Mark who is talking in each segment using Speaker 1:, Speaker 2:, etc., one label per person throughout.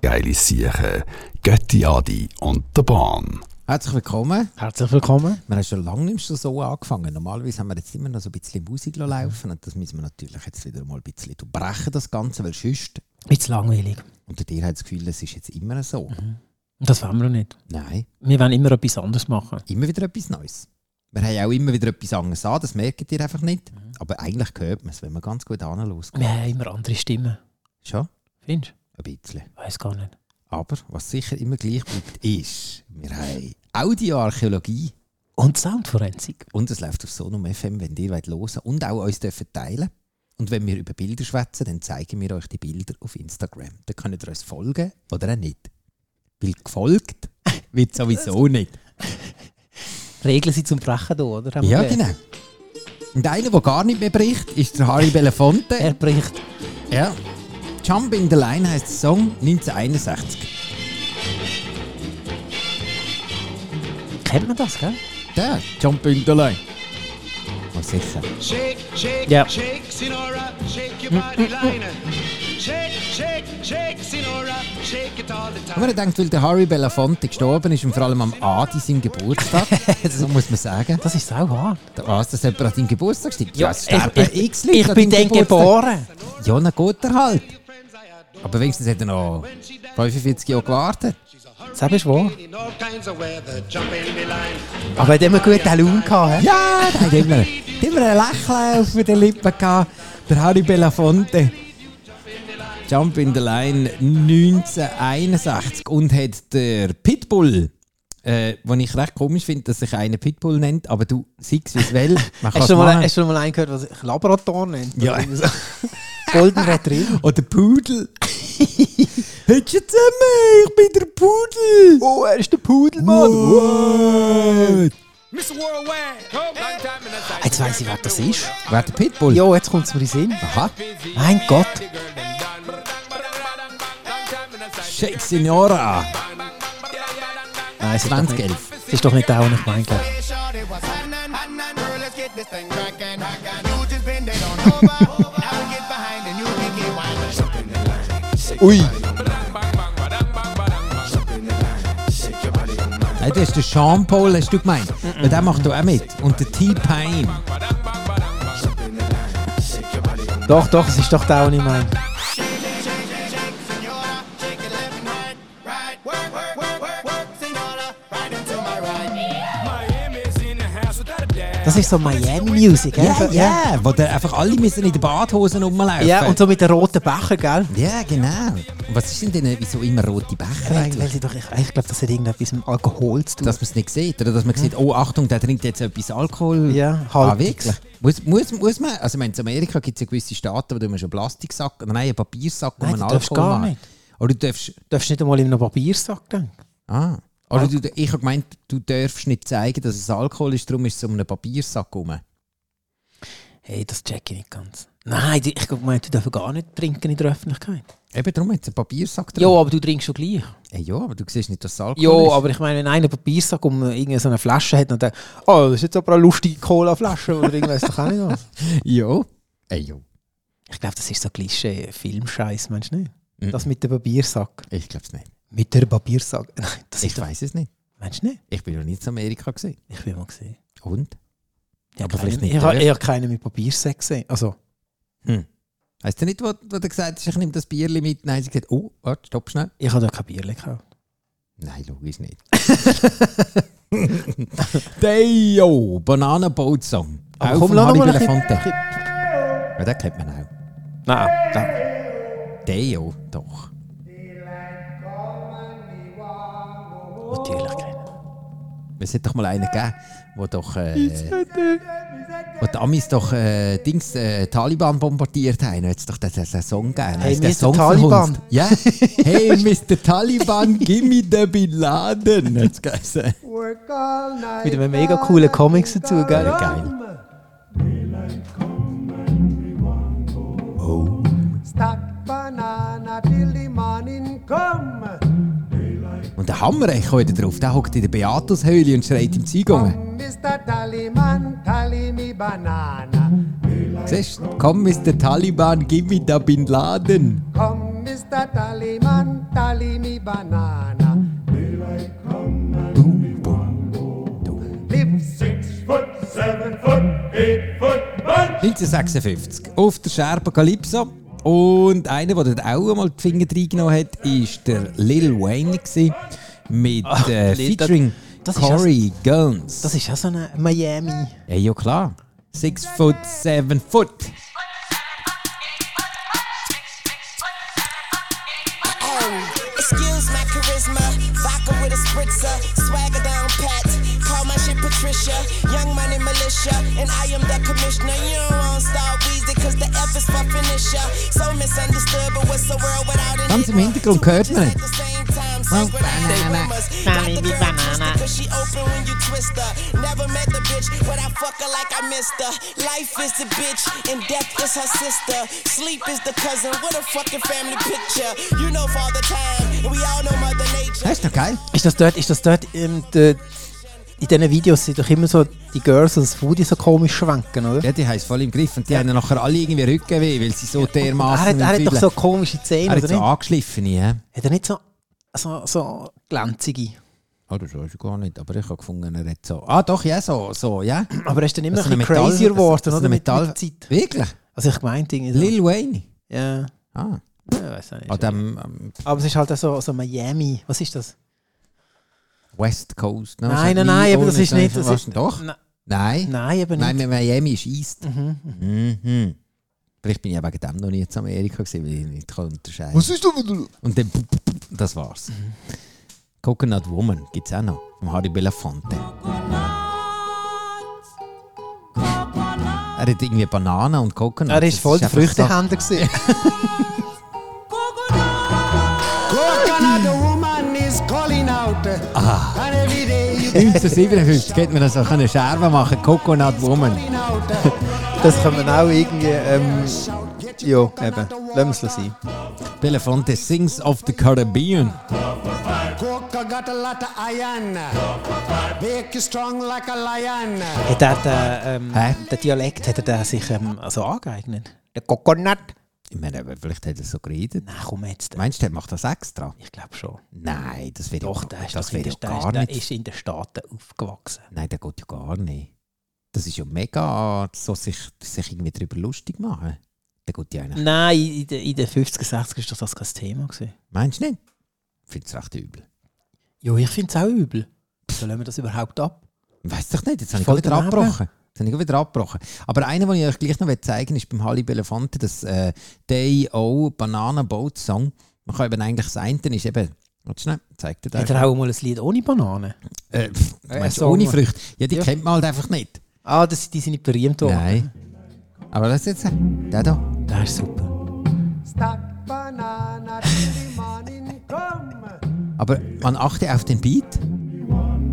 Speaker 1: Geile Siechen, Götti Adi und der Bahn.
Speaker 2: Herzlich willkommen.
Speaker 3: Herzlich willkommen.
Speaker 2: Wir haben schon lange nicht so angefangen. Normalerweise haben wir jetzt immer noch so ein bisschen Musik
Speaker 3: Mhm.
Speaker 2: laufen und das müssen wir natürlich jetzt wieder mal ein bisschen brechen, das Ganze, weil sonst
Speaker 3: Ist langweilig.
Speaker 2: unter dir hat das Gefühl, es ist jetzt immer so.
Speaker 3: Und das wollen wir nicht.
Speaker 2: Nein,
Speaker 3: Wir wollen immer etwas anderes machen.
Speaker 2: immer wieder etwas Neues. Wir haben auch immer wieder etwas anderes an, das merkt ihr einfach nicht. Aber eigentlich hört man es, wenn man ganz gut anlässt.
Speaker 3: Mhm. Wir haben immer andere Stimmen.
Speaker 2: Schon?
Speaker 3: Findest du?
Speaker 2: Ein bisschen.
Speaker 3: Weiß gar nicht.
Speaker 2: Aber was sicher immer gleich bleibt, ist, wir haben Audioarchäologie.
Speaker 3: Und Soundforensik.
Speaker 2: Und es läuft auf Sonum FM, wenn ihr hören wollt und auch uns dürfen teilen Und wenn wir über Bilder schwätzen, dann zeigen wir euch die Bilder auf Instagram. Dann könnt ihr uns folgen oder auch nicht. Weil gefolgt wird sowieso nicht.
Speaker 3: Regeln sind zum Brechen da, oder? Haben wir
Speaker 2: Ja,
Speaker 3: gelernt.
Speaker 2: genau. Und einer, der gar nicht mehr bricht, ist der Harry Belafonte.
Speaker 3: Er bricht.
Speaker 2: ja. Jump in the Line heisst der Song 1961.
Speaker 3: Kennt man das, gell?
Speaker 2: Der, Jump in the Line. Oh, sicher.
Speaker 4: Shake, shake,
Speaker 3: Ja.
Speaker 4: shake, Sinora, shake your body liner. Shake, shake, shake, Sinora, shake it all the
Speaker 2: Aber
Speaker 4: time.
Speaker 2: er denkt, weil der Harry Belafonte gestorben ist und vor allem am Adi seinen Geburtstag, so muss man sagen.
Speaker 3: Das ist auch wahr.
Speaker 2: Was, dass jemand an deinem Geburtstag stirbt?
Speaker 3: Ja,
Speaker 2: es sterben
Speaker 3: ich- ich-
Speaker 2: x Leute
Speaker 3: ich
Speaker 2: an
Speaker 3: bin
Speaker 2: deinem
Speaker 3: dann
Speaker 2: Geburtstag.
Speaker 3: geboren.
Speaker 2: Ja, dann geht er halt. Aber wenigstens hat er noch 45 Jahre gewartet.
Speaker 3: Das ist wahr.
Speaker 4: In all kinds of weather, jump in the line.
Speaker 3: Aber er hat immer einen guten Laune gehabt.
Speaker 2: Ja, der hat immer, hat immer ein Lächeln auf den Lippen gehabt. Der Harry Belafonte. Jump in the Line 1961 und hat der Pitbull, äh, was ich recht komisch finde, dass sich einer Pitbull nennt, aber du siehst, wie es will. Man kann's
Speaker 3: Hast du, mal,
Speaker 2: machen.
Speaker 3: hast du schon mal einen gehört, was ich Laborator nennt?
Speaker 2: Ja.
Speaker 3: Oder so? Golden Retriever.
Speaker 2: Oder Pudel. Hörst du zusammen? Ich bin der Pudel.
Speaker 3: Oh, er ist der Pudelmann.
Speaker 2: What?
Speaker 3: Jetzt weiss ich, wer das ist.
Speaker 2: Wer der Pitbull?
Speaker 3: Ja, jetzt kommt es mir in den Sinn.
Speaker 2: Aha.
Speaker 3: Mein Gott.
Speaker 2: Shake Signora.
Speaker 3: Nein, es ist doch nicht-
Speaker 2: 2011.
Speaker 3: Es ist doch nicht der, den ich meine. gell?
Speaker 2: Ui. Hey, das ist der Sean Paul, hast du gemeint? Weil der macht da auch mit. Und der T-Pain.
Speaker 3: Doch, doch, es ist doch der, den ich meine. Das ist so Miami-Musik, gell?
Speaker 2: Ja, ja. Wo der einfach alle müssen in den Badhosen rumlaufen.
Speaker 3: Ja, und so mit den roten Becher, gell?
Speaker 2: Ja, genau. Und was ist denn denn, wieso immer rote Becher
Speaker 3: Weil, weil
Speaker 2: eigentlich?
Speaker 3: sie doch, ich ich glaube, das hat irgendetwas mit Alkohol zu tun.
Speaker 2: Dass man es nicht sieht. Oder dass man sieht, oh Achtung, der trinkt jetzt etwas Alkohol.
Speaker 3: Ja,
Speaker 2: Ah,
Speaker 3: halt.
Speaker 2: wirklich? Muss, muss, muss man, also ich meine, in Amerika gibt es ja gewisse Staaten, wo du musst einen Plastiksack, nein, einen Papiersack um
Speaker 3: Nein,
Speaker 2: einen
Speaker 3: du darfst
Speaker 2: Alkohol
Speaker 3: gar
Speaker 2: machen.
Speaker 3: nicht.
Speaker 2: Oder du darfst,
Speaker 3: Du darfst nicht einmal in einem Papiersack denken.
Speaker 2: ah, oder du, ich habe gemeint, du darfst nicht zeigen, dass es Alkohol ist, darum ist es um einen Papiersack herum.
Speaker 3: Hey, das check ich nicht ganz. Nein, die- ich meine, du darfst gar nicht trinken in der Öffentlichkeit.
Speaker 2: Eben, darum hat es einen Papiersack
Speaker 3: Ja,
Speaker 2: drin.
Speaker 3: aber du trinkst schon gleich.
Speaker 2: Ja. ja, aber du siehst nicht, dass es Alkohol
Speaker 3: Ja,
Speaker 2: ist.
Speaker 3: aber ich meine, wenn einer einen Papiersack um irgendeine so eine Flasche hat und dann, oh, das ist jetzt aber eine lustige Cola-Flasche oder irgendwas, doch auch nicht was.
Speaker 2: Ja. Ey, jo.
Speaker 3: Ich glaube, das ist so Klischee Filmscheiß, meinst du nicht? Das mit dem Papiersack.
Speaker 2: Ich glaube es nicht.
Speaker 3: Mhm. Mit der Papiersack. Nein, das
Speaker 2: Ich
Speaker 3: ist doch,
Speaker 2: weiß es nicht.
Speaker 3: meinst du nicht?
Speaker 2: Ich bin noch nicht in Amerika gesehen.
Speaker 3: Ich bin mal gesehen.
Speaker 2: Und?
Speaker 3: Ich
Speaker 2: Aber
Speaker 3: habe
Speaker 2: vielleicht
Speaker 3: keinen-
Speaker 2: nicht
Speaker 3: Ich habe
Speaker 2: dürfen.
Speaker 3: eher keinen mit Papiersack gesehen. Also,
Speaker 2: Heißt du nicht, wo, wo du gesagt hast, ich nehme das Bierli mit? Nein, sie gesagt, oh, warte, stopp schnell.
Speaker 3: ich habe da kein Bier gekauft.
Speaker 2: Nein, logisch nicht. Dejo, Banana Boat Song.
Speaker 3: Aber
Speaker 2: Auch
Speaker 3: Ah, komm,
Speaker 2: vom
Speaker 3: lass noch
Speaker 2: Harry
Speaker 3: mal ein
Speaker 2: Belafonte.
Speaker 3: bisschen-
Speaker 2: Ja, den kennt man auch.
Speaker 3: Nein, nein.
Speaker 2: Dejo, doch.
Speaker 3: Natürlich keinen.
Speaker 2: Es hat doch mal einen gegeben, wo doch... Äh, wo die Amis doch äh, Dings, äh, Taliban bombardiert haben. Jetzt doch den, den, den Song gegeben.
Speaker 3: Hey,
Speaker 2: Heisst der
Speaker 3: Mr.
Speaker 2: Song
Speaker 3: Taliban.
Speaker 2: verhunzt? Ja. Hey, Mr. Taliban, gimme the Bin Laden. Hat's geheißen.
Speaker 3: Mit einem mega coolen Comics dazu, gell?
Speaker 2: Wäre geil.
Speaker 5: Stack banana till the morning come.
Speaker 2: Und der Hammer, ich komme wieder drauf, der hockt in der Beatushöhle und schreit im Zeug um.
Speaker 5: Mr. Tallyman, tally me banana.
Speaker 2: Siehst du? Komm, Mr. Taliban, gib mir da Bin Laden.
Speaker 5: Komm, Mr. Tallyman, tally me banana. Lives
Speaker 6: Six foot, seven foot, eight foot bunch.
Speaker 2: 1956 auf der Scherbe Calypso. Und einer, der dort auch einmal die Finger reingenommen hat, ist der Lil Wayne gewesen, mit äh,
Speaker 3: Lil, das-
Speaker 2: Featuring
Speaker 3: das ist
Speaker 2: Corey Guns.
Speaker 3: Das ist ja so eine Miami.
Speaker 2: ja, ja klar. Six foot, seven foot.
Speaker 7: Excuse my charisma, vodka with a spritzer, swagger down pat. Call my shit Patricia, young money militia, and I am the commissioner. You don't want star Weezy, cause the F is for finisher. So misunderstood, but what's the world without an
Speaker 2: Ganz im Hintergrund gehört man ihn.
Speaker 7: Oh, banana, banana. She open when you twist her. Never met the bitch, but I fuck her like I missed her. Life is the bitch, and death is her sister. Sleep is the cousin. What a fucking family picture. You know father time, and we all know mother nature.
Speaker 2: Das ist doch geil.
Speaker 3: Ist das dort, ist das dort in, de, in diesen Videos sind doch immer so die Girls und das Foodie so komisch schwanken, oder?
Speaker 2: Ja, die haben es voll im Griff und die haben nachher alle irgendwie Rückenweh, weil sie so
Speaker 3: er,
Speaker 2: dermaßen
Speaker 3: hat, er hat doch
Speaker 2: entfühlen.
Speaker 3: so komische Zähne,
Speaker 2: er
Speaker 3: oder
Speaker 2: hat so
Speaker 3: nicht?
Speaker 2: angeschliffen, ja.
Speaker 3: Hat er nicht so, so, so glänzige?
Speaker 2: Ah, das weiß ich gar nicht, aber ich habe gefunden, er hat so. Ah, doch, ja, so, so, ja.
Speaker 3: Aber er ist dann immer
Speaker 2: Das
Speaker 3: ein
Speaker 2: ist ein
Speaker 3: bisschen
Speaker 2: Metall-
Speaker 3: crazier
Speaker 2: das ist
Speaker 3: geworden,
Speaker 2: ein
Speaker 3: oder? Mit,
Speaker 2: Metall-
Speaker 3: mit Zeit.
Speaker 2: Wirklich?
Speaker 3: Also ich meinte irgendwie so.
Speaker 2: Lil Wayne.
Speaker 3: Ja,
Speaker 2: Ah,
Speaker 3: ja weiß auch nicht.
Speaker 2: an dem ähm,
Speaker 3: Aber es ist halt auch so, so Miami. Was ist das?
Speaker 2: West Coast. Ne?
Speaker 3: Nein,
Speaker 2: Wahrscheinlich
Speaker 3: nein, nein, aber das
Speaker 2: ohne
Speaker 3: ist nicht. Das
Speaker 2: Wahrscheinlich-
Speaker 3: ist,
Speaker 2: Doch?
Speaker 3: Na-
Speaker 2: Nein.
Speaker 3: nein, eben nicht.
Speaker 2: Nein, mit Miami ist East. Mhm. Vielleicht bin ich ja wegen dem noch nie in Amerika gewesen, weil ich nicht kann unterscheiden Was ist das? Und dann, das war's.
Speaker 3: Mhm.
Speaker 2: Coconut Woman gibt es auch noch, vom Harry Belafonte. Er hat irgendwie Banane und Coconut.
Speaker 3: Er
Speaker 2: Das
Speaker 3: ist voll der
Speaker 2: einfach
Speaker 3: Früchtehändler gewesen.
Speaker 5: Coconut woman is calling out. And every day you
Speaker 2: So, 1957 hätten wir das auch eine Scherbe machen Coconut Woman.
Speaker 5: calling out.
Speaker 3: Das kann man auch irgendwie, ähm, ja, eben. Lassen wir es sein.
Speaker 2: Belafonte Sings of the Caribbean.
Speaker 5: Coca got a lot of iron. Make you strong like a lion.
Speaker 3: Hat er den, ähm,
Speaker 2: Hä?
Speaker 3: den Dialekt, hat er den sich ähm, also angeeignet? Der Coconut?
Speaker 2: Ich meine, aber vielleicht hat er so geredet.
Speaker 3: Nein, komm jetzt.
Speaker 2: Meinst du, der macht das extra?
Speaker 3: Ich glaube schon.
Speaker 2: Nein, das wäre
Speaker 3: Doch,
Speaker 2: ja,
Speaker 3: der ist,
Speaker 2: das
Speaker 3: doch in
Speaker 2: wäre
Speaker 3: der,
Speaker 2: ja
Speaker 3: der,
Speaker 2: gar
Speaker 3: ist, der
Speaker 2: nicht.
Speaker 3: ist in den Staaten aufgewachsen.
Speaker 2: Nein, der geht ja gar nicht. Das ist ja mega, so sich, sich irgendwie darüber lustig machen. Der geht ja eigentlich.
Speaker 3: Nein, in, den- in den 50er, 60er ist doch das kein Thema. Gewesen.
Speaker 2: Meinst du nicht? Ich finde es recht übel.
Speaker 3: Ja, ich finde es auch übel. Wieso lassen wir das überhaupt ab?
Speaker 2: Weiß doch nicht, jetzt habe ich
Speaker 3: Voll
Speaker 2: gerade wieder
Speaker 3: daneben.
Speaker 2: abgebrochen. Jetzt habe ich gerade wieder abgebrochen. Aber einer, den ich euch gleich noch zeigen will, ist beim Halli Elefante das äh, Day-O Banana Boat Song. Man kann eben eigentlich sein, dann ist eben. Warte schnell, zeig dir das.
Speaker 3: Hat er auch mal ein Lied ohne Banane?
Speaker 2: Äh, pff, du
Speaker 3: Äh,
Speaker 2: meinst
Speaker 3: Song.
Speaker 2: ohne Früchte? Ja, die
Speaker 3: Ja.
Speaker 2: kennt man halt einfach nicht.
Speaker 3: Ah, das, die sind nicht berühmt worden.
Speaker 2: Nein. Aber das jetzt. Der da.
Speaker 3: Das ist super.
Speaker 5: Stack banana till the morning come.
Speaker 2: Aber man achte auf den Beat.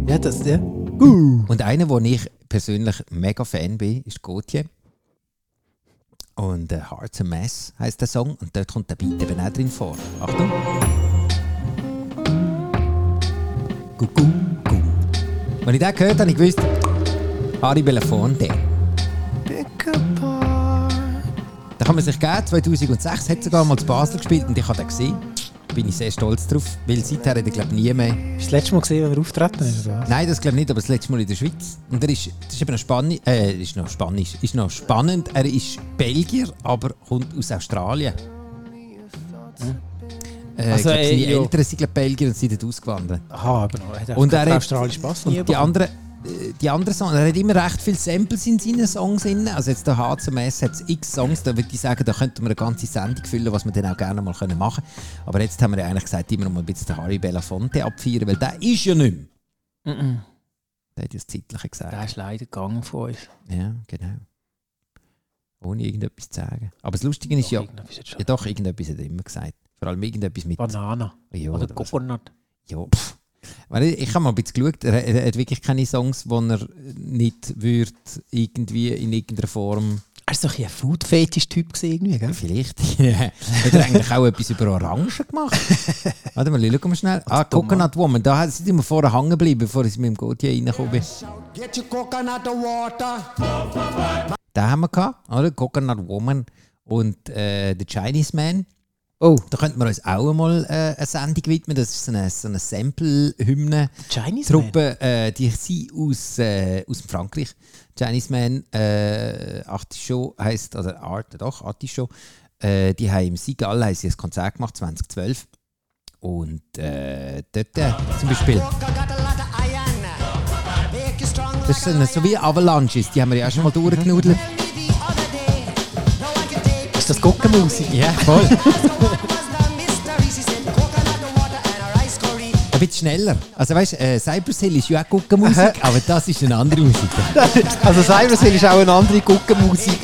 Speaker 3: Ja, das, ja.
Speaker 2: Und einer, wo ich persönlich mega Fan bin, ist Gotje. Und äh, Hearts a Mess heisst der Song. Und dort kommt der Beat eben auch drin vor. Achtung. Gugu, gu. Wenn ich den gehört habe, habe ich gewusst, Harry Belafonte. Da kann man sich geben, 2006 hat sogar mal zu Basel gespielt und ich habe den gesehen. Bin ich sehr stolz drauf, weil seither hat er glaube ich nie mehr
Speaker 3: Ist das letzte Mal gesehen, wenn er auftreten ist? Oder? was?
Speaker 2: Nein, das glaube ich nicht, aber das letzte Mal in der Schweiz. Und er ist, das ist eben noch Spanisch, äh, ist noch Spanisch, ist noch spannend. Er ist Belgier, aber kommt aus Australien. Äh, also,
Speaker 3: Also, äh,
Speaker 2: seine
Speaker 3: ja.
Speaker 2: Eltern sind glaub, Belgier und sind dort ausgewandert.
Speaker 3: Aha, aber noch. Hat
Speaker 2: Und
Speaker 3: und
Speaker 2: er
Speaker 3: der
Speaker 2: Also hat-
Speaker 3: australische Pass nie
Speaker 2: Und die
Speaker 3: bekommen.
Speaker 2: anderen, äh, die anderen Songs, er hat immer recht viele Samples in seinen Songs drin. Also jetzt der HZMS hat x Songs, da würde ich sagen, da könnten wir eine ganze Sendung füllen, was wir dann auch gerne mal können machen können. Aber jetzt haben wir ja eigentlich gesagt, immer noch mal ein bisschen den Harry Belafonte abfeiern, weil der ist ja nicht mehr.
Speaker 3: Mhm.
Speaker 2: Der hat ja das Zeitliche gesagt.
Speaker 3: Der ist leider gegangen von uns.
Speaker 2: Ja, genau. Ohne irgendetwas zu sagen. Aber das Lustige ist ja,
Speaker 3: Irgendwas ist jetzt schon.
Speaker 2: ja doch, irgendetwas hat er immer gesagt. Vor allem irgendetwas mit...
Speaker 3: Banana.
Speaker 2: Ja,
Speaker 3: Oder
Speaker 2: oder was-
Speaker 3: Coconut.
Speaker 2: ja, pff. Weil ich, ich habe mal ein bisschen geschaut, er, er hat wirklich keine Songs, die er nicht würde, irgendwie in irgendeiner Form...
Speaker 3: Er war doch ein Food-Fetisch-Typ gewesen irgendwie, gell?
Speaker 2: Vielleicht hat er eigentlich auch etwas über Orangen gemacht. Warte mal, schauen wir schnell. Ah, Coconut Woman, da hat- sind wir vorher hängen geblieben, bevor ich mit dem Gautier reingekommen bin.
Speaker 5: Get your coconut water.
Speaker 2: Da haben wir gehabt, oder? Coconut Woman und äh, The Chinese Man.
Speaker 3: Oh,
Speaker 2: Da könnten wir uns auch einmal äh, eine Sendung widmen. Das ist so eine, so eine
Speaker 3: Chinese
Speaker 2: Sample-Hymne-Truppe. Äh, die sind aus, äh, aus Frankreich. Chinese Man, äh, Artichaut heisst, oder Art, doch, Artichaut. Äh, die haben im Seagull haben sie ein Konzert gemacht, 2012. Und äh, dort äh, zum Beispiel, das ist so, eine, so wie Avalanches, die haben wir ja auch schon mal durchgenudelt.
Speaker 3: ist das Gockenmusik?
Speaker 2: Ja, voll. Ein bisschen schneller. Also weißt du, äh, Cypress Hill ist ja auch Guckenmusik, aber das ist eine andere Musik.
Speaker 3: Also Cypress Hill ist auch eine andere Gockenmusik.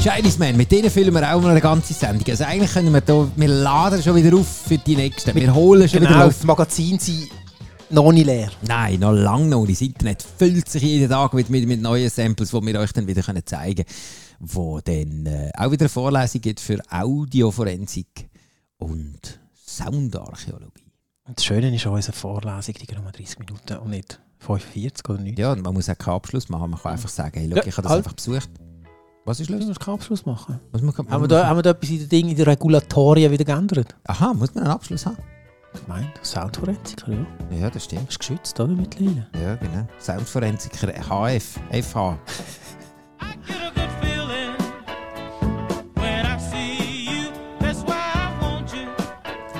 Speaker 2: Chinese Man, mit denen füllen wir auch mal eine ganze Sendung. Also eigentlich können wir da, wir laden schon wieder auf für die nächsten. Wir holen schon wieder
Speaker 3: Genau,
Speaker 2: auf.
Speaker 3: das Magazin sind noch nicht leer.
Speaker 2: Nein, noch lange noch. Das Internet füllt sich jeden Tag mit, mit, mit neuen Samples, die wir euch dann wieder können zeigen können. Wo dann äh, auch wieder eine Vorlesung gibt für Audioforensik und Soundarchäologie.
Speaker 3: Und das Schöne ist auch, unsere Vorlesung die geht nur 30 Minuten und nicht 45 oder nicht.
Speaker 2: Ja, und man muss auch keinen Abschluss machen. Man kann einfach sagen, hey, look,
Speaker 3: Ja,
Speaker 2: ich habe das
Speaker 3: halt.
Speaker 2: einfach besucht. Was ist
Speaker 3: Du
Speaker 2: los?
Speaker 3: musst keinen Abschluss machen.
Speaker 2: Was man, kann-
Speaker 3: Haben wir, da, haben wir da etwas in den Dingen, in den Regulatorien wieder geändert?
Speaker 2: Aha, muss man einen Abschluss haben?
Speaker 3: Ich meine, Soundforensik, ja.
Speaker 2: Ja, das stimmt.
Speaker 3: Ist geschützt, oder, mittlerweile?
Speaker 2: Ja, genau. Soundforensiker HF, FH.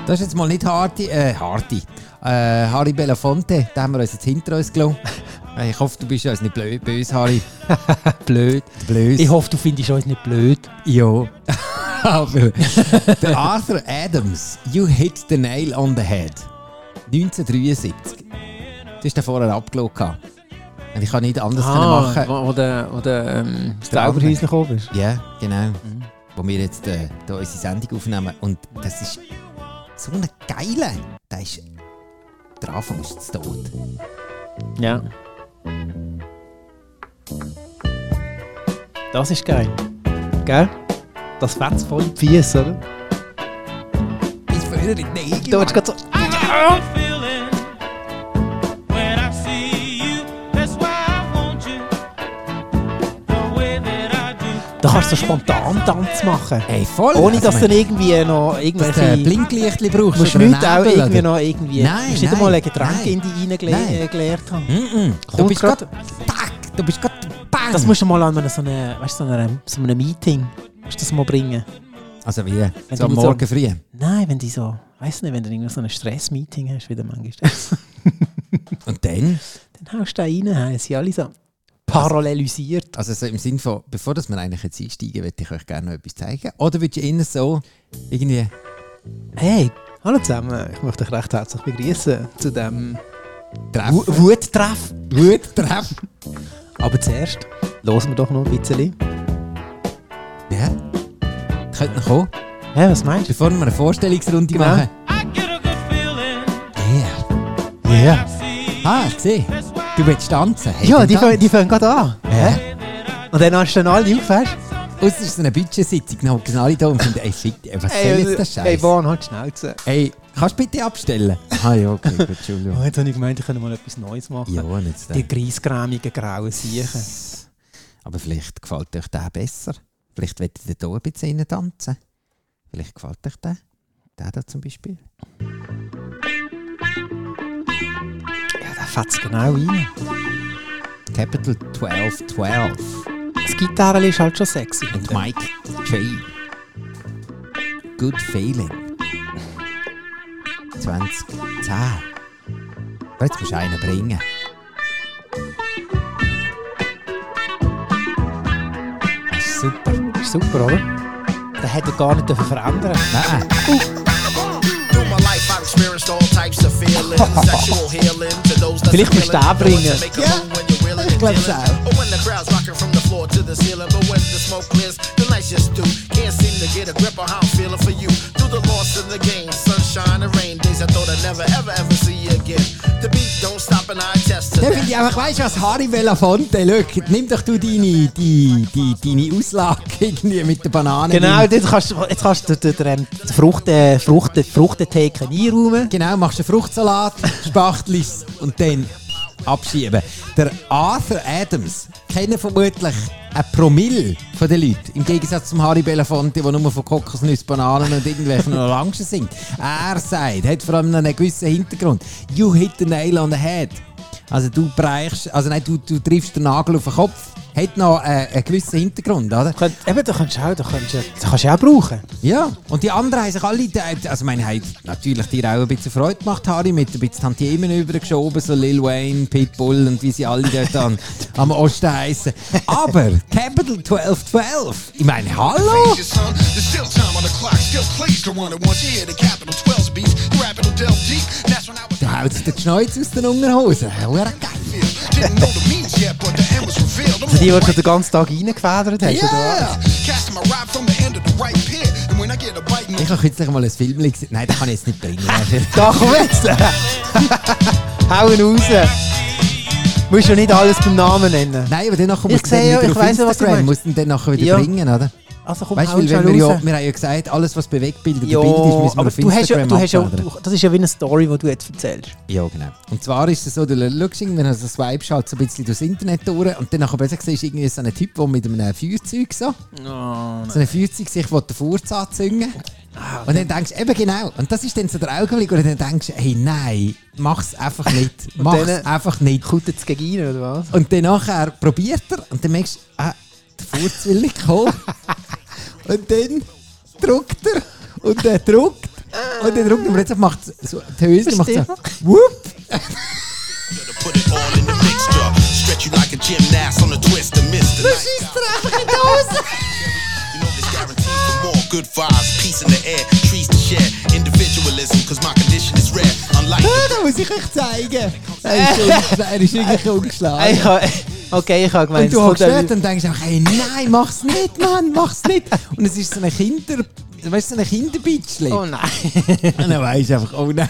Speaker 2: Das ist jetzt mal nicht Hardy, äh, Hardy. Äh, Harry Belafonte, den haben wir uns jetzt hinter uns gelassen. Äh, Ich hoffe, du bist uns nicht blöd, böse, Harry. blöd. Blöd.
Speaker 3: Ich hoffe, du findest uns nicht blöd.
Speaker 2: Ja. Aber Ah, der Arthur Adams, You Hit the Nail on the Head. 1973. Das ist der vorher abgelaufen. gehabt. Und ich kann nicht anders
Speaker 3: Ah,
Speaker 2: können machen.
Speaker 3: Wo, wo der, wo der ähm, das
Speaker 2: Der andere.
Speaker 3: Zauberhäuschen gekommen ist.
Speaker 2: Ja, genau. Wo wir jetzt äh, da unsere Sendung aufnehmen. Und das ist so eine geile. Da ist der Anfang ist zu tot.
Speaker 3: Ja. Das ist geil. Gell? Das fetzt voll im Fies, oder?
Speaker 2: Bis früher in die Nägel.
Speaker 3: Du willst gerade so... Da kannst du so spontan Tanz machen.
Speaker 2: Ey, voll.
Speaker 3: Ohne,
Speaker 2: Also,
Speaker 3: dass du
Speaker 2: mein-
Speaker 3: dann irgendwie noch
Speaker 2: dass du ein
Speaker 3: irgendwelche...
Speaker 2: Blinklicht brauchst.
Speaker 3: musst
Speaker 2: oder einen
Speaker 3: nicht auch
Speaker 2: Nebel,
Speaker 3: irgendwie
Speaker 2: oder?
Speaker 3: noch irgendwie...
Speaker 2: Nein,
Speaker 3: musst nicht
Speaker 2: nein,
Speaker 3: einmal ein Getränk
Speaker 2: nein.
Speaker 3: in die
Speaker 2: Nein.
Speaker 3: reingele- äh, gelehrt haben.
Speaker 2: Mhm. Du
Speaker 3: Kommt
Speaker 2: bist
Speaker 3: grad-
Speaker 2: gerade. Tack! Du bist gerade. Bang!
Speaker 3: Das musst du mal an einem so einem, weißt, du, so einem, so einem Meeting musst du das mal bringen.
Speaker 2: also wie? So
Speaker 3: du
Speaker 2: am
Speaker 3: mit so-
Speaker 2: Morgen früh.
Speaker 3: Nein, wenn du so... Weiss nicht, wenn du irgendwie so ein Stress-Meeting hast, wie der manchmal...
Speaker 2: Und dann?
Speaker 3: Dann haust du da rein, haben sie alle so parallelisiert.
Speaker 2: Also so im Sinne von, bevor dass wir eigentlich jetzt einsteigen, möchte ich euch gerne noch etwas zeigen. Oder würdest du eher so irgendwie.
Speaker 3: Also, Hey, hallo zusammen, ich möchte euch recht herzlich begrüßen zu diesem
Speaker 2: Treff.
Speaker 3: Wuttreff.
Speaker 2: Gut, treff.
Speaker 3: Aber zuerst hören wir doch noch ein bisschen.
Speaker 2: Ja. Könnt noch kommen,
Speaker 3: Hä, was meinst
Speaker 2: bevor wir eine Vorstellungsrunde
Speaker 3: Genau.
Speaker 2: machen.
Speaker 3: du? Yeah.
Speaker 2: Ah, ich sehe. Du willst tanzen. Hey,
Speaker 3: Ja,
Speaker 2: dann
Speaker 3: die, fang-
Speaker 2: tanz.
Speaker 3: die fangen gerade an. Hä? Und dann hast du dann alle auf, weißt du?
Speaker 2: Ausser es ist eine Budgetsitzung, dann hocken alle da und finden, ey, shit, ey, was soll jetzt das Scheiß?
Speaker 3: Hey, Bahn, halt die Schnauze.
Speaker 2: Ey, kannst du bitte abstellen? ah, ja, okay, gut, Entschuldigung.
Speaker 3: Oh, jetzt habe ich gemeint, ich könnte mal etwas Neues machen.
Speaker 2: Ja, und jetzt
Speaker 3: Die
Speaker 2: dann.
Speaker 3: greisgrämigen grauen Siechen.
Speaker 2: Aber vielleicht gefällt euch der besser. Vielleicht wollt ihr da ein bisschen rein tanzen. Vielleicht gefällt euch der. Der da zum Beispiel.
Speaker 3: Ja, der fetzt genau rein.
Speaker 2: Capital 1212.
Speaker 3: Das Gitarre ist halt schon sexy.
Speaker 2: Und Mike J. Good Feeling. 2010. Aber Oh, Jetzt musst du einen bringen. Das ist super.
Speaker 3: Ist Super, oder? Den hätte er gar nicht dürfen verändern
Speaker 2: Nein.
Speaker 7: Through my life, I've experienced all types of feelings. Sexual healing to those that's
Speaker 3: Vielleicht musst du den bringen.
Speaker 7: Ich
Speaker 2: glaub es auch.
Speaker 7: But Oh, when the crowd's rocking from the floor to the ceiling, but when the smoke clears, the night's just through. Can't seem to get a grip on how I'm feeling for you. Through the loss and the gain, sunshine and rain days, I thought I'd never, ever, ever see you again. The beat don't
Speaker 2: Dann finde ich einfach, weißt du was, Harry Belafonte, schau, nimm doch du deine, die, die, deine Auslage irgendwie mit der Banane.
Speaker 3: Genau, jetzt kannst, du- jetzt kannst du den, den, den Frucht, äh, Frucht, Fruchtetheken einräumen.
Speaker 2: Genau, machst einen Fruchtsalat, spachtelst und dann abschieben. Der Arthur Adams kennen vermutlich ein Promille von den Leuten. Im Gegensatz zum Harry Belafonte, der nur von Kokosnüsse, Bananen und irgendwelchen Orangen singt. Er sagt, hat vor allem noch einen gewissen Hintergrund. You hit the nail on the head. Also du breichst, also nein, du, du triffst den Nagel auf den Kopf. Hat noch äh, einen gewissen Hintergrund, oder?
Speaker 3: Könnt, eben, da kannst du auch, da kannst, du- das kannst du auch brauchen.
Speaker 2: Ja, und die anderen haben sich alle, also ich meine, haben natürlich dir auch ein bisschen Freude gemacht, Harry, mit ein bisschen Tantiemen übergeschoben, so Lil Wayne, Pitbull und wie sie alle dort an, am Osten heissen. Aber Capital 1212, ich meine, hallo?
Speaker 8: Vegas, huh? There's still time on the clock, still place to one at once. Yeah, the capital 12's beats, rapid will delve deep. That's when I was
Speaker 2: Da haut sich der Schneuz aus den Unterhosen. Hure geil.
Speaker 8: feel. Didn't know the means yet, but the end was revealed. I'm
Speaker 3: Die, die
Speaker 8: on
Speaker 3: du
Speaker 8: the
Speaker 3: den ganzen Tag reingefedert hast. oder?
Speaker 2: Yeah!
Speaker 8: right, casting my ride from the end of the right pier. And when I get a bite, no
Speaker 2: Ich habe kürzlich mal ein Film gesehen. Nein, den kann ich jetzt nicht bringen.
Speaker 3: Da komm jetzt! Hauen raus! Musst du nicht alles beim Namen nennen.
Speaker 2: Nein, aber dann nachher
Speaker 3: Ich
Speaker 2: muss dann
Speaker 3: sehe ja,
Speaker 2: wieder
Speaker 3: ich
Speaker 2: auf
Speaker 3: weiss ja, was du
Speaker 2: Instagram,
Speaker 3: meinst.
Speaker 2: muss den dann nachher wieder
Speaker 3: Ja.
Speaker 2: bringen, oder?
Speaker 3: Also komm,
Speaker 2: Weißt du, weil
Speaker 3: hauen
Speaker 2: wenn wir,
Speaker 3: schon
Speaker 2: ja,
Speaker 3: raus.
Speaker 2: wir haben ja gesagt, alles was Bewegtbild oder
Speaker 3: Ja,
Speaker 2: Bild ist, müssen wir
Speaker 3: aber
Speaker 2: auf
Speaker 3: du hast ja,
Speaker 2: Instagram
Speaker 3: du hast ja,
Speaker 2: abladen.
Speaker 3: du, das ist ja wie eine Story, die du jetzt erzählst.
Speaker 2: Ja, genau. Und zwar ist es so, du schaust irgendwann, also swipest halt so ein bisschen durchs Internet durch und dann nachher besser siehst du irgendwie so einen Typ, der mit einem Feuerzeug so, so einem Feuerzeug sich will den Furz anzünden Und dann denkst du, eben genau, und das ist dann so der Augenblick, wo du dann denkst, hey nein, mach's einfach nicht, mach's
Speaker 3: dann-
Speaker 2: einfach nicht.
Speaker 3: Kommt jetzt gegen ihn, oder was?
Speaker 2: Und dann nachher probiert er und dann merkst du, ah, der Furz will nicht kommen. und dann drückt er und er drückt und dann drückt er und plötzlich macht so, die Hüse macht so, whoop.
Speaker 7: to put it all in the mixture. Stretch you like a gymnast on a twist and miss the night.
Speaker 2: schießt er einfach in die Hose.
Speaker 7: You know there's guaranteed for more good vibes, peace in the air, trees to share, individualism, cause my condition is rare. Unlike
Speaker 2: Ah, da muss ich euch zeigen. Er ist, un- er ist wirklich ungeschlagen.
Speaker 3: Ich habe- okay, ich habe gemeint,
Speaker 2: Und du
Speaker 3: es kommt
Speaker 2: hockst dort
Speaker 3: ein-
Speaker 2: und denkst auch, hey, nein, mach's nicht, Mann, mach's nicht. Und es ist so ein Kinder... Weißt du, so ein Kinderbitschli?
Speaker 3: Oh
Speaker 2: Und
Speaker 3: nein.
Speaker 2: dann weisst du einfach, oh nein.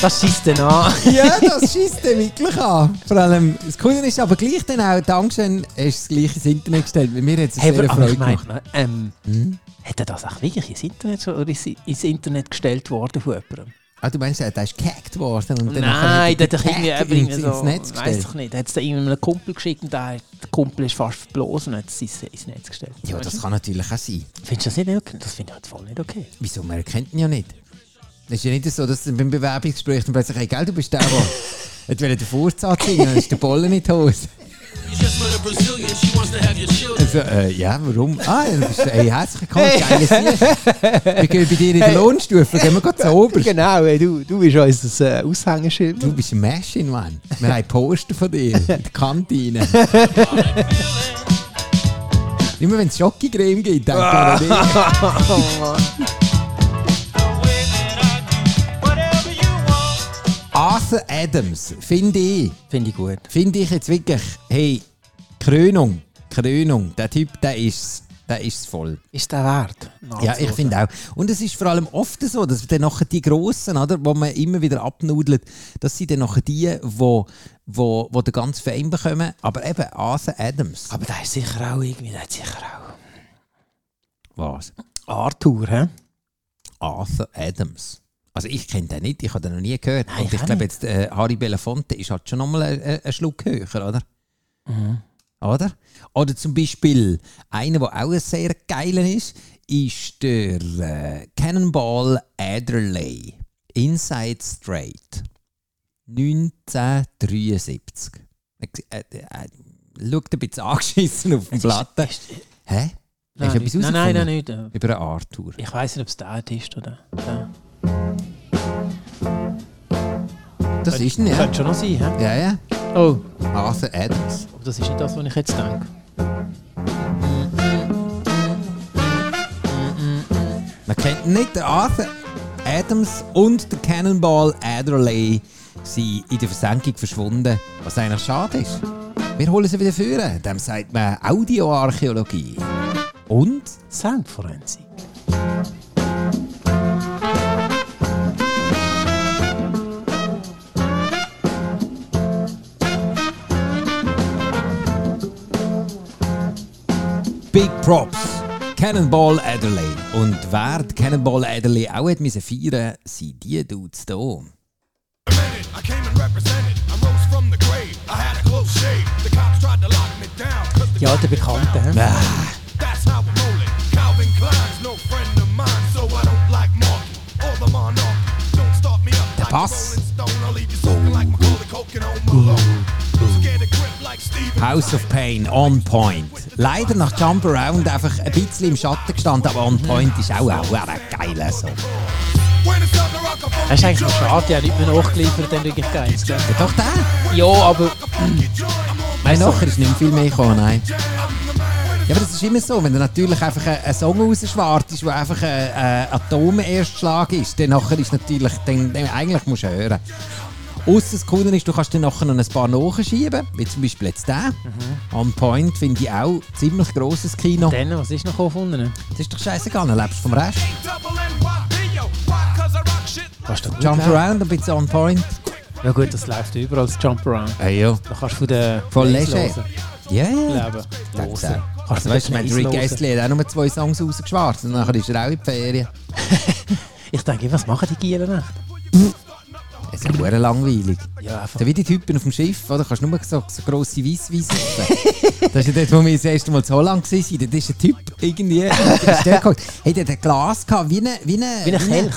Speaker 3: Das schießt dann an.
Speaker 2: ja, das schießt den wirklich an. Vor allem, das Coole ist aber gleich dann auch, Dankeschön, hast du das gleiche ins Internet gestellt. Weil mir hat es
Speaker 3: Hey,
Speaker 2: sehr
Speaker 3: aber, aber
Speaker 2: Freude
Speaker 3: ich
Speaker 2: gemacht.
Speaker 3: meine, ähm, hat er das auch wirklich ins Internet, schon- oder ist ins Internet gestellt worden von jemandem?
Speaker 2: Ah, du meinst, er ist gehackt worden? Und dann nachher
Speaker 3: Nein, der hat doch
Speaker 2: gehackt
Speaker 3: irgendwie jemand irgendwie
Speaker 2: ins,
Speaker 3: so,
Speaker 2: ins Netz
Speaker 3: weiss
Speaker 2: gestellt.
Speaker 3: doch nicht, hat es da irgendwie einem Kumpel geschickt und der, der Kumpel ist fast verblosen und hat es ins ins Netz gestellt.
Speaker 2: Ja,
Speaker 3: Weißt
Speaker 2: das
Speaker 3: du?
Speaker 2: kann natürlich auch sein.
Speaker 3: Findest du das nicht okay? Das finde ich halt voll nicht okay.
Speaker 2: Wieso? Man erkennt ihn ja nicht. Es ist ja nicht so, dass beim Bewerbungsgespräch dann plötzlich hey, gell, du bist der, der hat wollte den Furz anziehen dann ist der Bollen in die Hose. Also, äh, ja, warum? Ah, ja, du bist hey, herzlich willkommen, geiles Licht. Wir gehen bei dir in der Lohnstufe, gehen wir gerade zu oberst.
Speaker 3: Genau, ey, du, du bist unser äh, Aushängeschild.
Speaker 2: Du bist ein Machine, Mann. Wir haben Poster von dir in der Kantine. Immer wenn es Schokocreme gibt, denkt man an dich. Arthur Adams, finde ich,
Speaker 3: Finde ich gut.
Speaker 2: finde ich jetzt wirklich, hey, Krönung, Krönung, der Typ, der ist der ist voll.
Speaker 3: Ist der wert? Nachzuhören?
Speaker 2: Ja, ich finde auch. Und es ist vor allem oft so, dass dann nachher die Grossen, oder, wo man immer wieder abnudelt, das sind dann nachher die, wo, wo, wo den ganzen Fame bekommen. Aber eben Arthur Adams.
Speaker 3: Aber der ist sicher auch irgendwie, der hat sicher
Speaker 2: Was?
Speaker 3: auch. Arthur, hä?
Speaker 2: Arthur Adams. Also ich kenne den nicht, ich habe den noch nie gehört.
Speaker 3: Nein,
Speaker 2: Und
Speaker 3: ich
Speaker 2: ich
Speaker 3: auch
Speaker 2: glaube
Speaker 3: nicht.
Speaker 2: jetzt, äh, Harry Belafonte ist halt schon nochmal ein, ein- ein Schluck höher, oder?
Speaker 3: Mhm.
Speaker 2: Oder? Oder zum Beispiel, einer, der auch ein sehr geiler ist, ist der äh, Cannonball Adderley. Inside Straight. 1973. Äh, äh, äh, schaut ein bisschen angeschissen auf den Platten.
Speaker 3: Ist, ist,
Speaker 2: Hä?
Speaker 3: nein,
Speaker 2: Hast du etwas
Speaker 3: nein, nein, nein,
Speaker 2: herausgefunden?
Speaker 3: nicht. äh,
Speaker 2: Über einen Arthur.
Speaker 3: Ich weiß nicht, ob es der ist oder. Ja.
Speaker 2: Das ist ihn, ja.
Speaker 3: Könnte schon noch sein, hä?
Speaker 2: Ja, ja.
Speaker 3: Oh,
Speaker 2: Arthur Adams.
Speaker 3: aber das ist nicht das, was ich jetzt denke.
Speaker 2: Man kennt nicht den Arthur Adams und den Cannonball Adderley sind in der Versenkung verschwunden, was eigentlich schade ist. Wir holen sie wieder führen. Dem sagt man Audioarchäologie. Und
Speaker 3: Soundforensik.
Speaker 2: Big Props. Cannonball Adderley. Und wer die Cannonball Adderley auch hat müssen feiern sind die Dudes hier.
Speaker 8: I came and represented. I rose from the grave. I had a close shave. The cops tried to lock me down. 'cause the
Speaker 5: Ja, der
Speaker 8: gun they
Speaker 5: Bekannte.
Speaker 8: found.
Speaker 5: hä?
Speaker 2: Ah.
Speaker 8: That's how I'm rolling. Calvin Klein's no friend of mine, so I don't like Marky or the Monarch. Don't start me up like a
Speaker 2: Pass.
Speaker 8: Rolling Stone. I'll leave you soaking like Macaulay Culkin on Malone. Scared to grip like Steven
Speaker 2: House of Pain, on point. Leider nach Jump Around einfach ein bisschen im Schatten gestanden, aber on point ist auch ein verdammt geiler Song.
Speaker 8: When it's time to rock a funky
Speaker 3: Das ist eigentlich noch
Speaker 8: joint,
Speaker 3: schade, die haben nicht mehr nachgeliefert, dann wirklich geil.
Speaker 2: Ja, doch der?
Speaker 3: Ja, aber
Speaker 8: rock a funky joint. I'm on my
Speaker 2: Weißt du, nachher ist nicht mehr viel mehr gekommen, nein.
Speaker 8: jam. I'm the man.
Speaker 2: Ja, aber das ist immer so, wenn du natürlich einfach einen einen Song rausschwartest, der einfach ein, ein Atomerstschlag ist, dann nachher ist natürlich, dann, dann eigentlich musst du hören. Ausser das Coole ist, du kannst dann nachher noch ein paar nachschieben, wie zum Beispiel jetzt den. On Point finde ich auch ziemlich grosses Kino.
Speaker 3: dann, was ist noch gekommen von unten?
Speaker 2: Das ist doch scheißegal, dann lebst du vom Rest.
Speaker 8: Double NYP, yo. Why? 'Cause I rock shit like
Speaker 3: Kannst du gut
Speaker 2: Jump
Speaker 3: laufen.
Speaker 2: Around, ein bisschen On Point.
Speaker 3: Ja gut, das läuft überall, das Jump Around.
Speaker 2: Hey, ja.
Speaker 3: Da kannst du von der
Speaker 2: Voll
Speaker 3: Dings
Speaker 2: leger.
Speaker 3: hören.
Speaker 2: Ja, ja.
Speaker 3: Leben.
Speaker 2: Kannst
Speaker 3: Hören.
Speaker 2: du
Speaker 3: von
Speaker 2: Also weißt, ich
Speaker 3: den
Speaker 2: meine,
Speaker 3: Kneis
Speaker 2: Rick
Speaker 3: hören.
Speaker 2: Astley hat auch nur zwei Songs rausgeschwarzt und nachher ist er auch in die Ferien.
Speaker 3: Ich denke, was machen die Gier nicht?
Speaker 2: Es ist ja verdammt langweilig.
Speaker 3: Ja, einfach.
Speaker 2: So wie die Typen auf dem Schiff, oder? Du kannst nur so, so grosse Weissweisse Das ist ja dort, wo wir das erste Mal zu Holland waren. Dort ist ein Typ irgendwie. der ist dort gehockt. hey, der hat ein Glas gehabt, wie eine. Wie eine,
Speaker 3: Wie ein Kelch.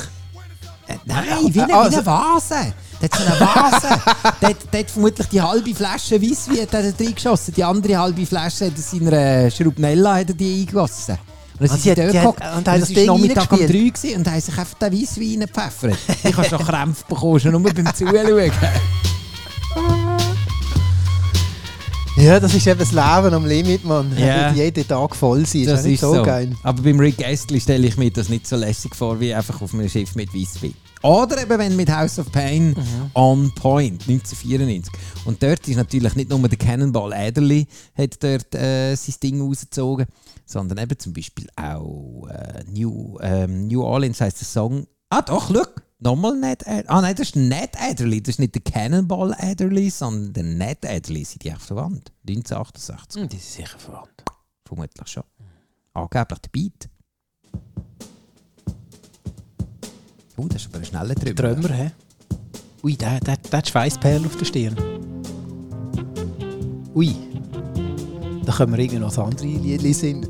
Speaker 2: Äh, Nein, wie eine,
Speaker 3: Ah,
Speaker 2: wie eine
Speaker 3: also-
Speaker 2: Vase. Der hat so eine Vase. der, hat, der hat vermutlich die halbe Flasche Weisswein hat er da reingeschossen. Die andere halbe Flasche hat er seiner äh, Schrubnella hat er die eingegossen. Und dann
Speaker 3: Ah,
Speaker 2: sind
Speaker 3: sie
Speaker 2: sie
Speaker 3: hat-
Speaker 2: dort
Speaker 3: die hat-
Speaker 2: gehockt.
Speaker 3: und hat
Speaker 2: Und
Speaker 3: das
Speaker 2: es war
Speaker 3: Ding
Speaker 2: Nachmittag um drei
Speaker 3: reingespielt.
Speaker 2: gewesen und haben sich einfach den Weisswein gepfeffert. Ich habe schon Krämpfe bekommen, schon nur beim Zuschauen.
Speaker 5: Ja, das ist eben das Leben am Limit, man.
Speaker 2: Ja.
Speaker 5: Yeah. Jeden Tag voll sein, ist auch nicht so, geil.
Speaker 2: Aber beim Rick Astley stelle ich mir das nicht so lässig vor, wie einfach auf einem Schiff mit Weisswein. Oder eben wenn mit House of Pain
Speaker 5: Mhm.
Speaker 2: on point, 1994. Und dort ist natürlich nicht nur der Cannonball Adderley hat dort äh, sein Ding rausgezogen, sondern eben zum Beispiel auch äh, New, ähm, New Orleans heisst der Song. Ah doch, schau, nochmal Ned Adderley. Ah nein, das ist Ned Adderley, das ist nicht der Cannonball Adderley, sondern der Ned Adderley, sind die echt verwandt. 1968,
Speaker 3: Hm, Die sind sicher verwandt.
Speaker 2: vermutlich schon. Angeblich der Beat. Oh, das ist aber ein schneller Trümmer.
Speaker 3: Trömer, hä? Ui, der, der, der hat Schweißperlen auf der Stirn. Ui. Da können wir irgendwie noch das andere Lied singen.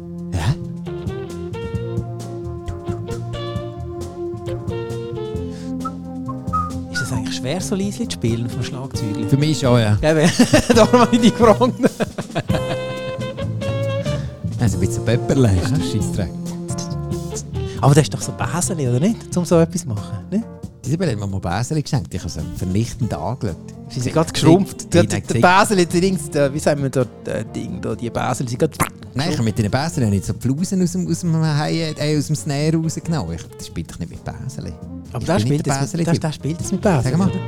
Speaker 3: Ist das eigentlich schwer, so leise zu spielen vom Schlagzeug?
Speaker 2: Für mich schon, ja.
Speaker 3: Eben, darum habe ich dich gefragt.
Speaker 2: Also ein bisschen Pepperle ist der Scheissdreck.
Speaker 3: Aber das ist doch so Baseli, oder nicht? Um so etwas zu machen. Nicht?
Speaker 2: Diese Bälle hat mir mal Basel geschenkt. Ich habe sie vernichtend angeschaut.
Speaker 3: Sie sind gerade geschrumpft. Der,
Speaker 2: Nein,
Speaker 3: der,
Speaker 2: nein,
Speaker 3: der Basel, der Dings, der, wie sagen wir da, der Ding, da, die Basel, sind gerade.
Speaker 2: Nein, ich habe mit den Baseln nicht so die Flusen aus dem, aus dem, Haie- äh, aus dem Snare rausgenommen. Ich, das spielt doch nicht mit Baseln.
Speaker 3: Aber
Speaker 2: Ich
Speaker 3: der
Speaker 2: bin
Speaker 3: spielt,
Speaker 2: nicht der
Speaker 3: jetzt mit, der,
Speaker 2: Baseli-Typ.
Speaker 3: der spielt jetzt mit Basel.
Speaker 2: Sag mal.
Speaker 3: oder?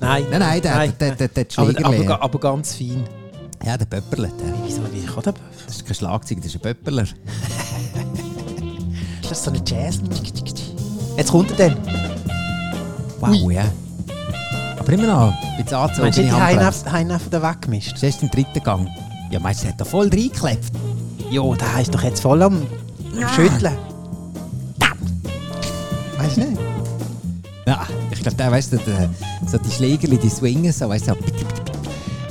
Speaker 3: Nein,
Speaker 2: Nein, nein, der- der- der- der
Speaker 3: aber,
Speaker 2: Schlägerle.
Speaker 3: aber, ga- aber ganz fein.
Speaker 2: Ja, der Pöpperle. Der.
Speaker 3: Wieso, wie kann der?
Speaker 2: Das ist kein Schlagzeug, das ist ein Pöpperler.
Speaker 3: Ist das so eine Jazz? Jetzt kommt er dann.
Speaker 2: Wow, ja. Aber immer noch ein bisschen angezogen.
Speaker 3: Meinst du, die
Speaker 2: Handbremse.
Speaker 3: haben einfach den weggemischt?
Speaker 2: Das ist im dritten Gang. Ja, meinst du, der hat da voll reingeklebt?
Speaker 3: Jo, der ist doch jetzt voll am Schütteln. Weißt du nicht?
Speaker 2: Ja, ich glaube, der weißt du, der, so die Schlägerli, die swingen so, weißt du, so, pick, pick, pick,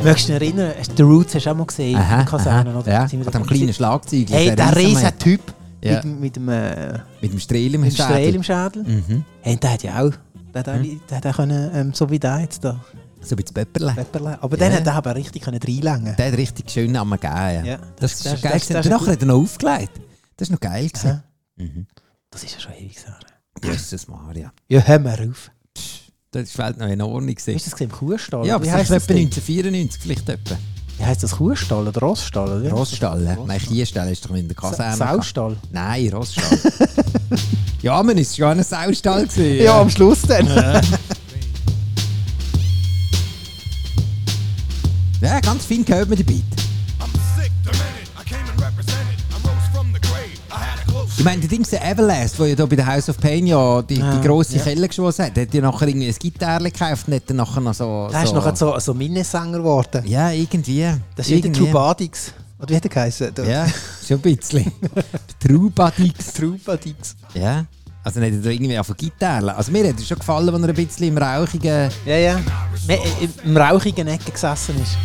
Speaker 3: Möchtest du dich erinnern, hast du The Roots hast du auch mal gesehen in Kasernen, oder?
Speaker 2: ja,
Speaker 3: Sind wir
Speaker 2: mit
Speaker 3: da-
Speaker 2: dem kleinen Schlagzeug.
Speaker 3: Hey, der riesen Typ
Speaker 2: Ja.
Speaker 3: mit, dem- mit dem, äh,
Speaker 2: Mit dem Mhm. Strehl im
Speaker 3: mit dem Strahl
Speaker 2: Schädel.
Speaker 3: im Schädel. Hey, der hat ja auch, der hat auch, der hat auch können, ähm, so wie der jetzt da,
Speaker 2: So ein bisschen Pöpperle.
Speaker 3: Pepperle. Aber
Speaker 2: Ja.
Speaker 3: den hat er aber richtig können reinlängen.
Speaker 2: Der hat richtig schön am gegeben, ja.
Speaker 3: Ja,
Speaker 2: Das,
Speaker 3: das-
Speaker 2: ist schon
Speaker 3: das-
Speaker 2: geil.
Speaker 3: das-
Speaker 2: gewesen.
Speaker 3: das-
Speaker 2: Und Nachher hat er noch aufgelegt. Das ist noch geil gewesen.
Speaker 3: Aha. Das ist ja schon ewig her.
Speaker 2: Jesus Maria.
Speaker 3: Ja, hör mal auf.
Speaker 2: Das war die Welt noch in Ordnung.
Speaker 3: Ist
Speaker 2: Gewesen.
Speaker 3: das gesehen im Kuhstall?
Speaker 2: Ja, aber
Speaker 3: wie
Speaker 2: sicher
Speaker 3: heißt
Speaker 2: etwa
Speaker 3: das Ding?
Speaker 2: 1994 vielleicht etwa.
Speaker 3: Wie heißt das Kuhstall oder Rossstall? Oder? wie heisst das?
Speaker 2: Rossstall, ja. Nein, Kiestall ist doch in der Kaserne.
Speaker 3: Saustall.
Speaker 2: Nein, Rossstall. ja, man ist schon an einem Saustall gewesen.
Speaker 5: Ja, am Schluss dann.
Speaker 2: Ja, ganz fein gehört man den Beat.
Speaker 8: I'm sick the minute I came and represented. I rose from the grave. I had a close
Speaker 2: Ich meine, der Dings, der Everlast, der ja da bei der House of Pain ja die, die grosse Kelle geschossen hat, der hat ja nachher irgendwie ein Gitarre gekauft und hat dann nachher noch so...
Speaker 3: Der ist
Speaker 2: so-
Speaker 3: nachher so, so Minnesänger geworden.
Speaker 2: Ja, irgendwie.
Speaker 3: Das ist wieder
Speaker 2: Irgendwie.
Speaker 3: Trubadix. Oder wie hat er geheißen? Der
Speaker 2: Ja, schon ein bisschen. Der Trubadix.
Speaker 3: Trubadix.
Speaker 2: Ja. Also nicht hat er irgendwie auf Gitarre. Also mir hat es schon gefallen, wenn er ein bisschen im rauchigen...
Speaker 3: Ja, ja. Me- äh, Im rauchigen Ecken gesessen ist.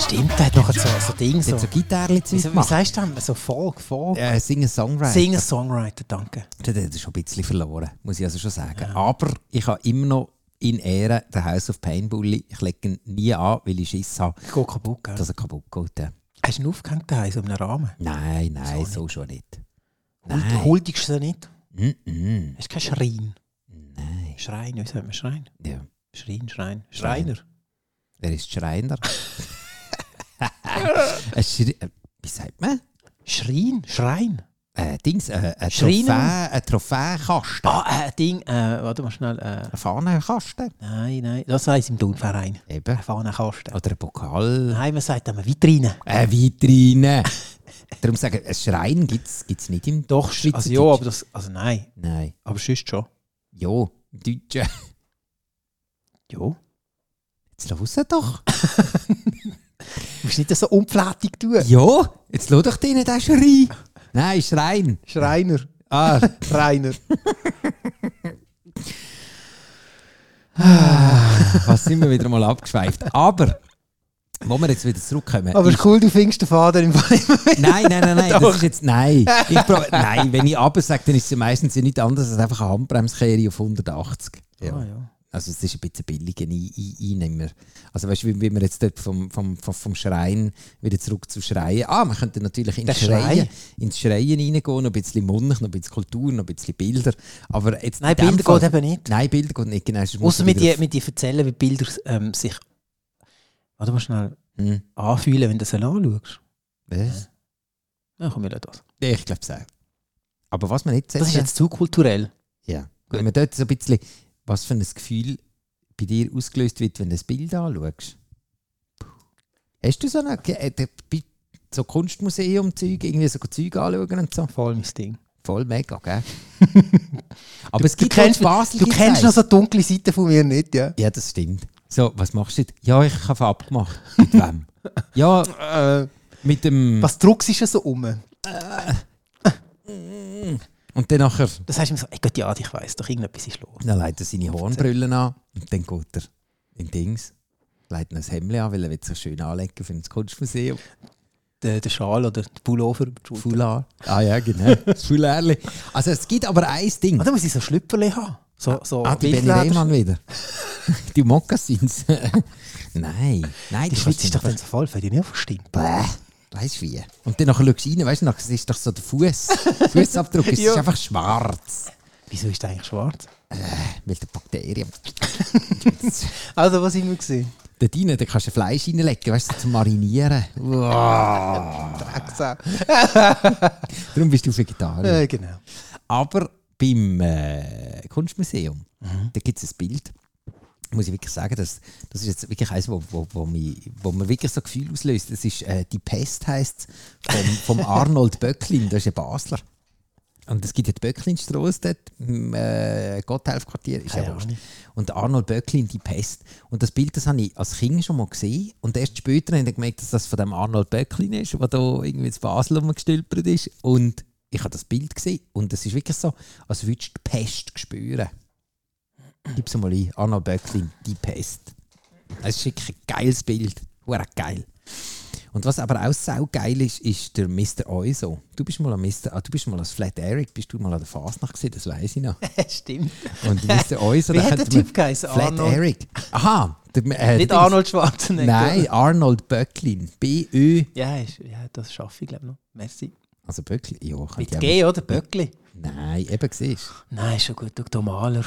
Speaker 3: Stimmt, der hat noch so, so Ding so.
Speaker 2: So, so Gitarre
Speaker 3: Wieso- Wie
Speaker 2: gemacht.
Speaker 3: sagst du das? So Folk, Folk.
Speaker 2: Ja, Singer-Songwriter.
Speaker 3: Singer-Songwriter, danke.
Speaker 2: Der hat er schon ein bisschen verloren, muss ich also schon sagen. Aber ich habe immer noch in Ehren den House of Pain Bully. Ich lege ihn nie an, weil ich Schiss habe,
Speaker 3: Ich gehe kaputt, gell?
Speaker 2: dass er kaputt geht. ja.
Speaker 3: Hast du ihn aufgehängt daheim, so in einem Rahmen?
Speaker 2: Nein, nein, so, schon nicht.
Speaker 3: Nein.
Speaker 2: Nein.
Speaker 3: Huldigst du ihn nicht?
Speaker 2: Mm-mm.
Speaker 3: Hast du keinen Schrein?
Speaker 2: Nein.
Speaker 3: Schrein, wie sagt man Schrein?
Speaker 2: Ja.
Speaker 3: Schrein, Schrein. Schreiner.
Speaker 2: Wer ist Schreiner? ein Schre äh, wie sagt man?
Speaker 3: Schrein? Schrein?
Speaker 2: Äh, Dings, äh, ein Trophäe,
Speaker 3: Schreiner?
Speaker 2: ein Trophäenkasten.
Speaker 3: Ah, äh, Ding, äh, warte mal schnell. Äh,
Speaker 2: Ein Fahnenkasten.
Speaker 3: nein, nein, das heisst im Turnverein.
Speaker 2: Eben.
Speaker 3: Fahnenkasten.
Speaker 2: Oder ein Pokal.
Speaker 3: Nein, man sagt immer Vitrine.
Speaker 2: Eine Äh, Vitrine. Darum sagen, ein Schrein gibt es nicht im
Speaker 3: Doch, also
Speaker 2: Schweizerdeutsch.
Speaker 3: ja, aber das, also nein,
Speaker 2: Nein.
Speaker 3: aber sonst schon.
Speaker 2: Ja, im Deutschen.
Speaker 3: Ja. Du
Speaker 2: Jetzt los doch.
Speaker 3: musst nicht so unpflätig tun.
Speaker 2: Ja, jetzt schau doch deinen den Schrei. Nein, Schrein.
Speaker 3: Schreiner.
Speaker 2: Ah,
Speaker 3: Schreiner.
Speaker 2: Ah, was sind wir wieder mal abgeschweift. Aber, wo wir jetzt wieder zurückkommen.
Speaker 3: Aber
Speaker 2: ich,
Speaker 3: ist cool, du findest den Vater im Fall immer wieder.
Speaker 2: nein, nein, nein, nein, das
Speaker 3: Doch.
Speaker 2: ist jetzt, nein. Ich prob- nein, wenn ich aber sage, dann ist es ja meistens ja nicht anders als einfach eine Handbremskehre auf 180. Ja.
Speaker 3: Ah, ja.
Speaker 2: Also es ist ein bisschen billiger Ein- Ein- Einnehmer. Also weißt du, wie, wie wir jetzt dort vom, vom, vom, vom Schrein wieder zurück zu Schreien. Ah, man könnte natürlich
Speaker 3: Der
Speaker 2: ins
Speaker 3: Schrei.
Speaker 2: Schreien, ins Schreien reingehen, noch ein bisschen Mundlich, noch ein bisschen Kultur, noch ein bisschen Bilder. Aber jetzt
Speaker 3: Nein,
Speaker 2: in dem
Speaker 3: Bilder
Speaker 2: Fall-
Speaker 3: geht eben nicht.
Speaker 2: Nein, Bilder geht nicht. Genau, sonst muss
Speaker 3: Außer
Speaker 2: man
Speaker 3: mit
Speaker 2: wieder
Speaker 3: dir, mit dir erzählen, wie Bilder ähm, sich. Warte mal schnell.
Speaker 2: auf- Hm,
Speaker 3: Anfühlen, wenn du sie anschaust.
Speaker 2: was?
Speaker 3: Ja, komm, wir lassen das.
Speaker 2: Ja, ich glaube es auch. Aber was man nicht
Speaker 3: Das ist jetzt zu kulturell.
Speaker 2: Ja. Wenn man dort so ein bisschen, was für ein Gefühl bei dir ausgelöst wird, wenn du ein Bild anschaust. Puh. Hast du so eine, äh, der- bei so Kunstmuseum-Zeug, irgendwie so Zeug anschauen und so?
Speaker 3: Voll mein Ding.
Speaker 2: Voll mega, gell? Aber es gibt
Speaker 3: kennst
Speaker 2: auch in Basel
Speaker 3: halt Du
Speaker 2: gibt's
Speaker 3: kennst noch Hm.
Speaker 2: eins.
Speaker 3: so dunkle Seiten von mir nicht, ja?
Speaker 2: Ja, das stimmt. So, was machst du jetzt? Ja, ich habe abgemacht. Mit wem? Ja,
Speaker 3: Äh,
Speaker 2: mit dem...
Speaker 3: was druckst du schon so um?
Speaker 2: Und dann nachher...
Speaker 3: Das heißt mir so, ey Gott, ja, ich weiss doch, irgendetwas ist los.
Speaker 2: Dann legt er seine Hornbrille an und dann geht er in Dings. Legt er ein Hemd an, weil er will sich schön anlegen für das Kunstmuseum.
Speaker 3: Der, der Schal oder der Pullover über die Schulter.
Speaker 2: Foulard. Ah ja, genau. Das Foulard. Also es gibt aber ein Ding.
Speaker 3: Ah, da muss ich so Schlüpperli haben. So, so
Speaker 2: Ah, die Benny
Speaker 3: Wildleder-
Speaker 2: Rehmann wieder. die Mokassins. nein, nein.
Speaker 3: Die
Speaker 2: du
Speaker 3: Schweiz
Speaker 2: kannst
Speaker 3: ist doch
Speaker 2: einfach-
Speaker 3: dann so voll, für die nicht verstimmt.
Speaker 2: Bäh. Weißt du wie? Und dann nachher schaust du rein, weißt du, nachher ist doch so der Fuß. Fußabdruck ist, ist einfach schwarz.
Speaker 3: Wieso ist der eigentlich schwarz?
Speaker 2: Weil der Bakterien.
Speaker 3: Also, was haben wir gesehen?
Speaker 2: Da drinnen, da kannst du Fleisch reinlegen, weißt du, zum Marinieren. Wow. Darum bist du Vegetarier.
Speaker 3: Äh, genau.
Speaker 2: Aber beim äh, Kunstmuseum, da gibt es ein Bild. Muss ich wirklich sagen, das, das ist jetzt wirklich eins, wo, wo, wo, mich, wo mir wirklich so Gefühl auslöst. Das ist äh, «Die Pest» heisst vom, vom Arnold Böcklin, das ist ein Basler. Und es gibt ja die Böcklinstrasse dort im äh, Gotthelf-Quartier. Ist ja
Speaker 3: Keine
Speaker 2: wurscht.
Speaker 3: Ahnung.
Speaker 2: Und der Arnold Böcklin, «Die Pest». Und das Bild, das habe ich als Kind schon mal gesehen. Und erst später habe ich gemerkt, dass das von dem Arnold Böcklin ist, der da irgendwie in Basel rumgestülpert ist. Und ich habe das Bild gesehen. Und es ist wirklich so, als würdest du die Pest spüren. Gib es mal ein. Arnold Böcklin, «Die Pest». Es ist wirklich ein geiles Bild. Hure geil. Und was aber auch saugeil ist, ist der Mr. Oiso. Du bist mal an Mr. Ah, du bist mal als Flat Eric, bist du mal an der Fasnacht gesehen, das weiß ich noch.
Speaker 3: Stimmt.
Speaker 2: Und Mr. Oiso,
Speaker 3: Wie
Speaker 2: da
Speaker 3: hat der
Speaker 2: könnte
Speaker 3: Typ
Speaker 2: man-
Speaker 3: geheißen?
Speaker 2: Flat
Speaker 3: Arnold?
Speaker 2: Eric. Aha. Der, äh,
Speaker 3: Nicht
Speaker 2: der-
Speaker 3: Arnold Schwarzenegger.
Speaker 2: Nein, Arnold Böcklin. B-Ö.
Speaker 3: Ja, ist, ja das schaffe ich, glaube ich, noch. Merci.
Speaker 2: Also Böcklin, ja. kann
Speaker 3: Mit
Speaker 2: ich auch-
Speaker 3: G, oder? Böckli.
Speaker 2: Nein, eben siehst
Speaker 3: Nein, schon gut. Schau, der Maler.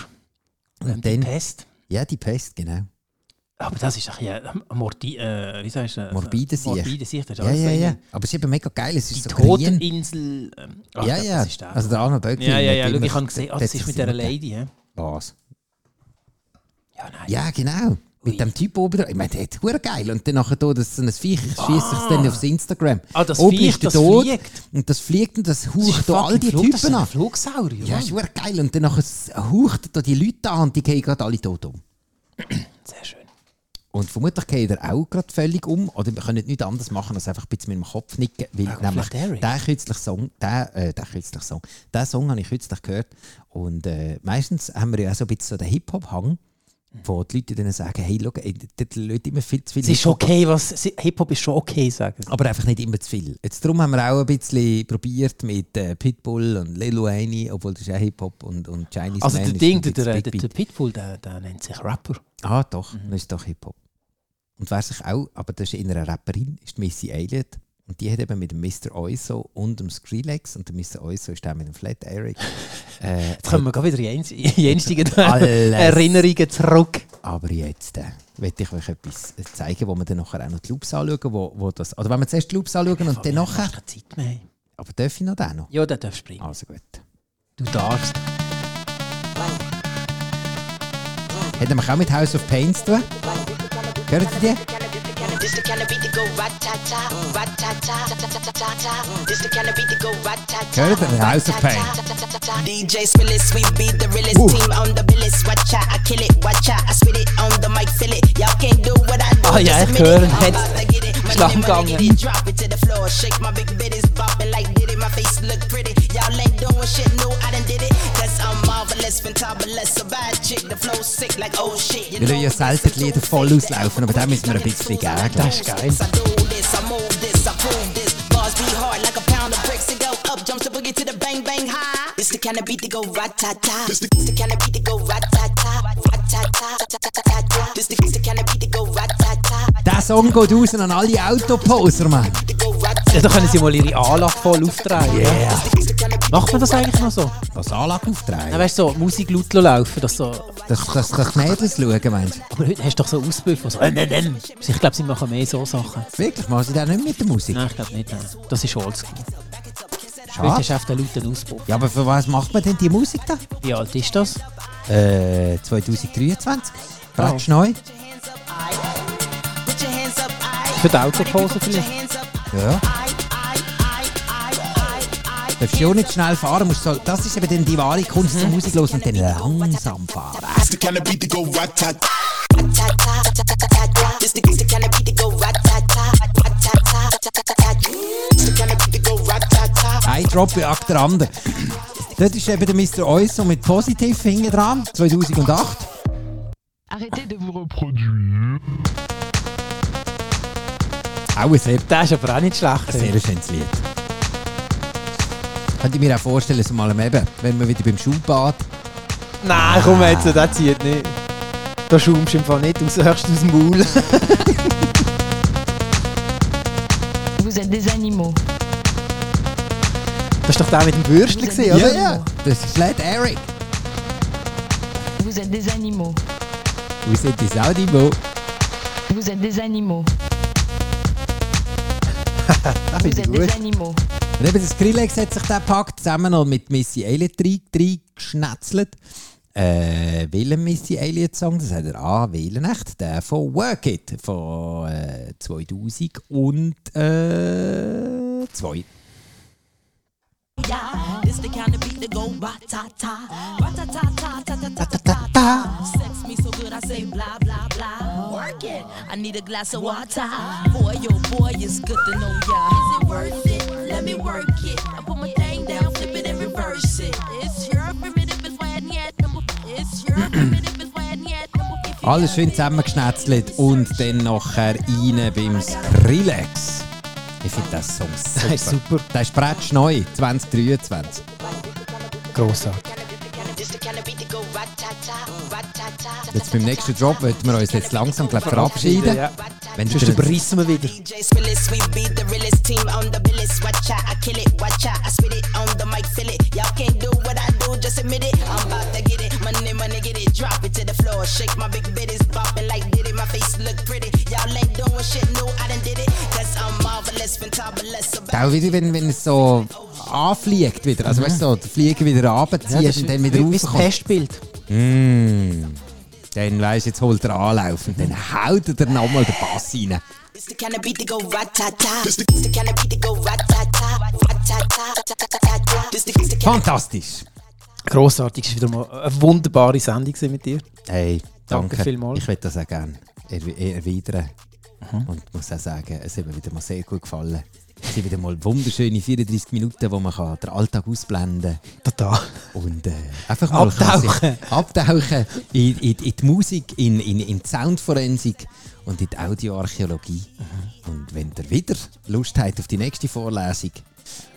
Speaker 2: du. Und
Speaker 3: Die
Speaker 2: dann,
Speaker 3: Pest.
Speaker 2: ja, die Pest, genau.
Speaker 3: Aber das ist doch ja Mordi, äh, wie sagst du? äh,
Speaker 2: Morbide Sicht.
Speaker 3: Morbide Sicht. das ist
Speaker 2: Ja,
Speaker 3: alles
Speaker 2: ja,
Speaker 3: so
Speaker 2: ja.
Speaker 3: irgendwie
Speaker 2: Aber es ist eben mega geil. Es ist
Speaker 3: Die
Speaker 2: so grün.
Speaker 3: Toteninsel. ähm, ach,
Speaker 2: Ja,
Speaker 3: das
Speaker 2: ja.
Speaker 3: ist der.
Speaker 2: Also der Arnold Böcklin.
Speaker 3: ja, ja,
Speaker 2: hat
Speaker 3: ja. Schau,
Speaker 2: immer-
Speaker 3: ich habe gesehen, ah,
Speaker 2: der
Speaker 3: das
Speaker 2: hat
Speaker 3: ist mit
Speaker 2: das
Speaker 3: dieser
Speaker 2: immer-
Speaker 3: Lady. hä?
Speaker 2: Was?
Speaker 3: Ja, nein.
Speaker 2: Ja, genau. Mit dem Typ oben drauf. Ich meine, der hat hure geil. Und dann nachher da, das so ein Viech, schießt sich dann aufs Instagram.
Speaker 3: Ah, das
Speaker 2: Oben
Speaker 3: Viech,
Speaker 2: ist der
Speaker 3: das
Speaker 2: Tod.
Speaker 3: fliegt.
Speaker 2: Und das fliegt und das
Speaker 3: Das ist
Speaker 2: haucht da all
Speaker 3: fucking
Speaker 2: die
Speaker 3: Flug- das ist
Speaker 2: Typen
Speaker 3: ein
Speaker 2: an.
Speaker 3: Flugsaurier.
Speaker 2: Ja,
Speaker 3: Mann.
Speaker 2: ist hure geil. Und dann nachher s- haucht da die Leute an und die gehen gerade alle tot um.
Speaker 3: Sehr schön.
Speaker 2: Und vermutlich geht er auch gerade völlig um. Oder wir können nicht anderes machen, als einfach ein bisschen mit dem Kopf nicken. Weil
Speaker 3: Ah,
Speaker 2: nämlich
Speaker 3: vielleicht Eric.
Speaker 2: der kürzliche Song, der, äh, der kürzliche Song, der Song habe ich kürzlich gehört. Und äh, meistens haben wir ja auch so ein bisschen so den Hip-Hop-Hang, wo die Leute dann sagen, hey, schau, äh, die Leute immer viel zu viel
Speaker 3: Es ist
Speaker 2: Hip-Hop
Speaker 3: okay, was. sie- Hip-Hop ist schon okay, sagen sie.
Speaker 2: aber einfach nicht immer zu viel. Jetzt darum haben wir auch ein bisschen probiert mit äh, Pitbull und Lil Wayne, obwohl das ist auch Hip-Hop und, und Chinese
Speaker 3: Also
Speaker 2: Man
Speaker 3: der
Speaker 2: ist
Speaker 3: Ding,
Speaker 2: ein
Speaker 3: der,
Speaker 2: bisschen
Speaker 3: der,
Speaker 2: Big
Speaker 3: der, der Pitbull, der, der nennt sich Rapper.
Speaker 2: Beat. Ah, doch, das ist doch Hip-Hop. Und wer sich auch, aber das ist in einer Rapperin, ist die Missy Elliott. Und die hat eben mit dem Mr. Oizo und dem Skrillex und der Mr. Oizo ist der mit dem Flat Eric. äh,
Speaker 3: Jetzt kommen wir gerade wieder in die jenstige Erinnerungen
Speaker 2: Erinnerungen
Speaker 3: zurück.
Speaker 2: Aber jetzt äh, möchte ich euch etwas zeigen, wo wir dann nachher auch noch die Loops anschauen. Wo, wo das, oder wenn wir zuerst die Loops anschauen und dann nachher.
Speaker 3: keine Zeit mehr.
Speaker 2: Aber darf ich noch den noch?
Speaker 3: Ja, dann darfst du springen.
Speaker 2: Also gut.
Speaker 3: Du darfst.
Speaker 2: Hat nämlich auch mit House of Pain zu tun. Hört ihr die?
Speaker 7: This the kind of beat that go rat ta ta, rat ta ta, ta ta ta ta ta. This the kind of beat that go rat ta ta.
Speaker 2: Hört ihr? House of Pain.
Speaker 7: DJ Spillis, we be the realest team on the billis. Watch out, I kill it, watch out, I spit it on the mic, feel it. Y'all can't do what I do.
Speaker 3: Ah, ja,
Speaker 7: just
Speaker 3: ich
Speaker 7: admit it.
Speaker 3: höre
Speaker 7: I'm
Speaker 3: jetzt.
Speaker 7: about to get it. My
Speaker 3: Ist lang
Speaker 7: money, money,
Speaker 3: gegangen.
Speaker 7: get it. Drop it to the floor, shake my big bitties, bopping like did it. My face look pretty. Y'all ain't doing shit, no, I done did it. Cause I'm marvelous, fantabulous, a bad chick. The flow sick like oh shit. You
Speaker 2: Wir lassen ja selten die Lieder voll auslaufen, aber dem müssen wir ein bisschen geben. glaub ich.
Speaker 3: ist geil.
Speaker 7: I do this, I move this, I prove this. Bars be hard like a pound of bricks. It go up, jumps to boogie to the bang bang high. It's the kind of beat that go rat ta ta. It's the kind of beat that go rat ta ta, rat ta ta, ta ta ta ta ta. It's the it's the kind of beat that go rat ta ta,
Speaker 2: Der Song geht raus an alle Autoposer, Mann.
Speaker 7: that go rat ta.
Speaker 3: Ja, da können sie mal ihre Anlage voll auftragen. Yeah. Macht man das eigentlich noch so?
Speaker 2: Das Anlage auftragen.
Speaker 3: Ja, weißt du, so Musik laut laufen, dass so...
Speaker 2: Das, das, das Mädels schauen, Mensch.
Speaker 3: Aber heute hast du doch so Ausbüffe, die so... äh, äh, äh. Ich glaube, sie machen mehr so Sachen.
Speaker 2: Wirklich, machen sie das nicht mit der Musik?
Speaker 3: Nein, ich glaube nicht. Nein. Das ist oldschool. Heute
Speaker 2: Schade.
Speaker 3: hast du auf den lauten Auspuff.
Speaker 2: Ja, aber für was macht man denn die Musik da?
Speaker 3: Wie alt ist das?
Speaker 2: Äh, 2023. Bratsch neu.
Speaker 7: Put your hands up, I.
Speaker 3: Für die Autopause
Speaker 7: Put your
Speaker 3: vielleicht?
Speaker 7: hands up,
Speaker 2: Ja.
Speaker 7: I, I, I, I, I, I.
Speaker 2: Darfst du auch nicht schnell fahren. Musst so, das ist eben dann die wahre Kunst, zur Musik los und dann langsam fahren.
Speaker 9: It's the kind of beat that go rat tat.
Speaker 7: Ta ta ta ta ta ta ta. It's the it's the kind of beat that go rat ta ta, rat ta ta, ta ta ta ta ta. It's the kind of beat that go rat ta ta.
Speaker 2: Ein Drop jagt der andere. Dort ist eben der Mr. Oiso mit Positiv hinten dran, 2008.
Speaker 8: Arrêtez de vous reproduire.
Speaker 2: Auch ein sehr,
Speaker 3: Der ist aber auch nicht schlecht. ey.
Speaker 2: sehr schönes Lied. Könnte ich mir auch vorstellen, so mal am Eben, wenn man wieder beim Schulbad.
Speaker 3: Nein, komm jetzt, der zieht nicht. Da schaumst du im Fall nicht aus, hörst du aus dem Maul.
Speaker 8: Vous êtes des animaux.
Speaker 3: Das war doch der mit dem Würstchen, gewesen, oder?
Speaker 2: Das ist Flat Eric.
Speaker 8: Vous êtes des animaux.
Speaker 2: Wir sind die Saudimo.
Speaker 8: Vous êtes des animaux.
Speaker 3: Das
Speaker 8: Vous
Speaker 3: finde ich
Speaker 8: êtes des
Speaker 3: gut.
Speaker 8: animaux.
Speaker 2: Und eben das Skrillex hat sich den Pakt zusammen noch mit Missy Elliott rein- reingeschnetzelt. Äh, welchen Missy Elliott Song? Das hat er an, wählen echt. Der von Work It von äh, 2000 und äh, zwei.
Speaker 7: This the kind of beat that go rat ta ta, rat ta ta ta ta ta ta ta ta. Sex me so good I say blah blah blah. Work it. I need a glass of water. Boy, yo, boy, it's good to know ya. Is it worth it? Let me work it. I put my thing down, flip it and reverse it. It's your primitive, it's why I need it. It's your primitive, it's why I need it.
Speaker 2: Alles schön zusammengeschnetzelt und dann nachher rein beim Skrillex. Ich finde das Song super.
Speaker 3: Das ist super.
Speaker 2: Der ist Bretsch neu, 2023.
Speaker 3: Grossartig.
Speaker 2: Jetzt beim nächsten Drop werden wir uns jetzt langsam glaub, verabschieden.
Speaker 3: Ja.
Speaker 2: Wenn ihr
Speaker 3: Sonst
Speaker 2: den-
Speaker 3: überreissen wir wieder.
Speaker 7: DJ Spillis, we be the realest team on the billis. Watch out, I kill it, watch out, I spit it on the mic, feel it. Y'all can't do what I do, just admit it. I'm about to get it, money, money, get it, drop it to the floor, shake my big bitties, bopping like did it. My face look pretty, y'all ain't doing shit, no, I done did it. Cause I'm marvelous, fantabulous, about
Speaker 2: Auch wieder, wenn, wenn es so anfliegt wieder.
Speaker 3: Mhm.
Speaker 2: Also weißt du, so, der Flieger wieder runterzieht und dann wieder
Speaker 3: wie, wie das
Speaker 2: raufkommt.
Speaker 3: Testbild.
Speaker 2: Dann weisst du, jetzt holt er Anlauf und dann haut er dir nochmal den Bass rein.
Speaker 7: It's the kind of beat that go rat ta ta. It's the kind of beat that go rat ta ta, rat ta ta, ta ta ta ta. It's the it's the kind of
Speaker 2: Fantastisch.
Speaker 3: Grossartig, es war wieder mal eine wunderbare Sendung gewesen mit dir.
Speaker 2: Hey,
Speaker 3: Danke vielmals. Mhm.
Speaker 2: Ich würde das auch gerne erwe- erweitern. Und muss auch sagen, es hat mir wieder mal sehr gut gefallen. Es sind wieder mal wunderschöne 34 Minuten, wo man kann den Alltag ausblenden
Speaker 3: Total.
Speaker 2: kann. Und äh, einfach mal kann
Speaker 3: Abtauchen.
Speaker 2: sich abtauchen in, in, in die Musik, in, in, in die Soundforensik und in die Audioarchäologie. Und wenn ihr wieder Lust habt auf die nächste Vorlesung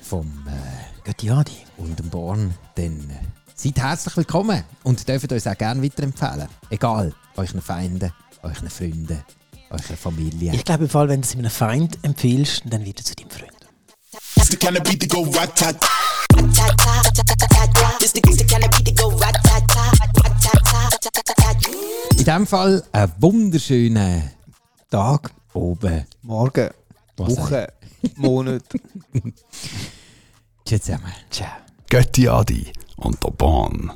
Speaker 2: vom äh,
Speaker 3: Götti Adi.
Speaker 2: und dem Born, dann äh, seid herzlich willkommen und dürft uns auch gerne weiterempfehlen. Egal, euren Feinden, euren Freunden, eurer Familie.
Speaker 3: Ich glaube, im Fall, wenn du es einem Feind empfiehlst, dann wird er zu deinem Freund.
Speaker 7: It's the kind of beat that go rat tat. It's the, it's the kind of beat that go rat tat tat. Rat tat tat tat tat tat.
Speaker 2: In diesem Fall einen wunderschönen
Speaker 3: Tag,
Speaker 2: Oben.
Speaker 3: Morgen,
Speaker 2: Was
Speaker 3: Woche, Monat.
Speaker 2: Tschüss zusammen.
Speaker 3: Ciao.
Speaker 1: Götti Adi und der Bahn.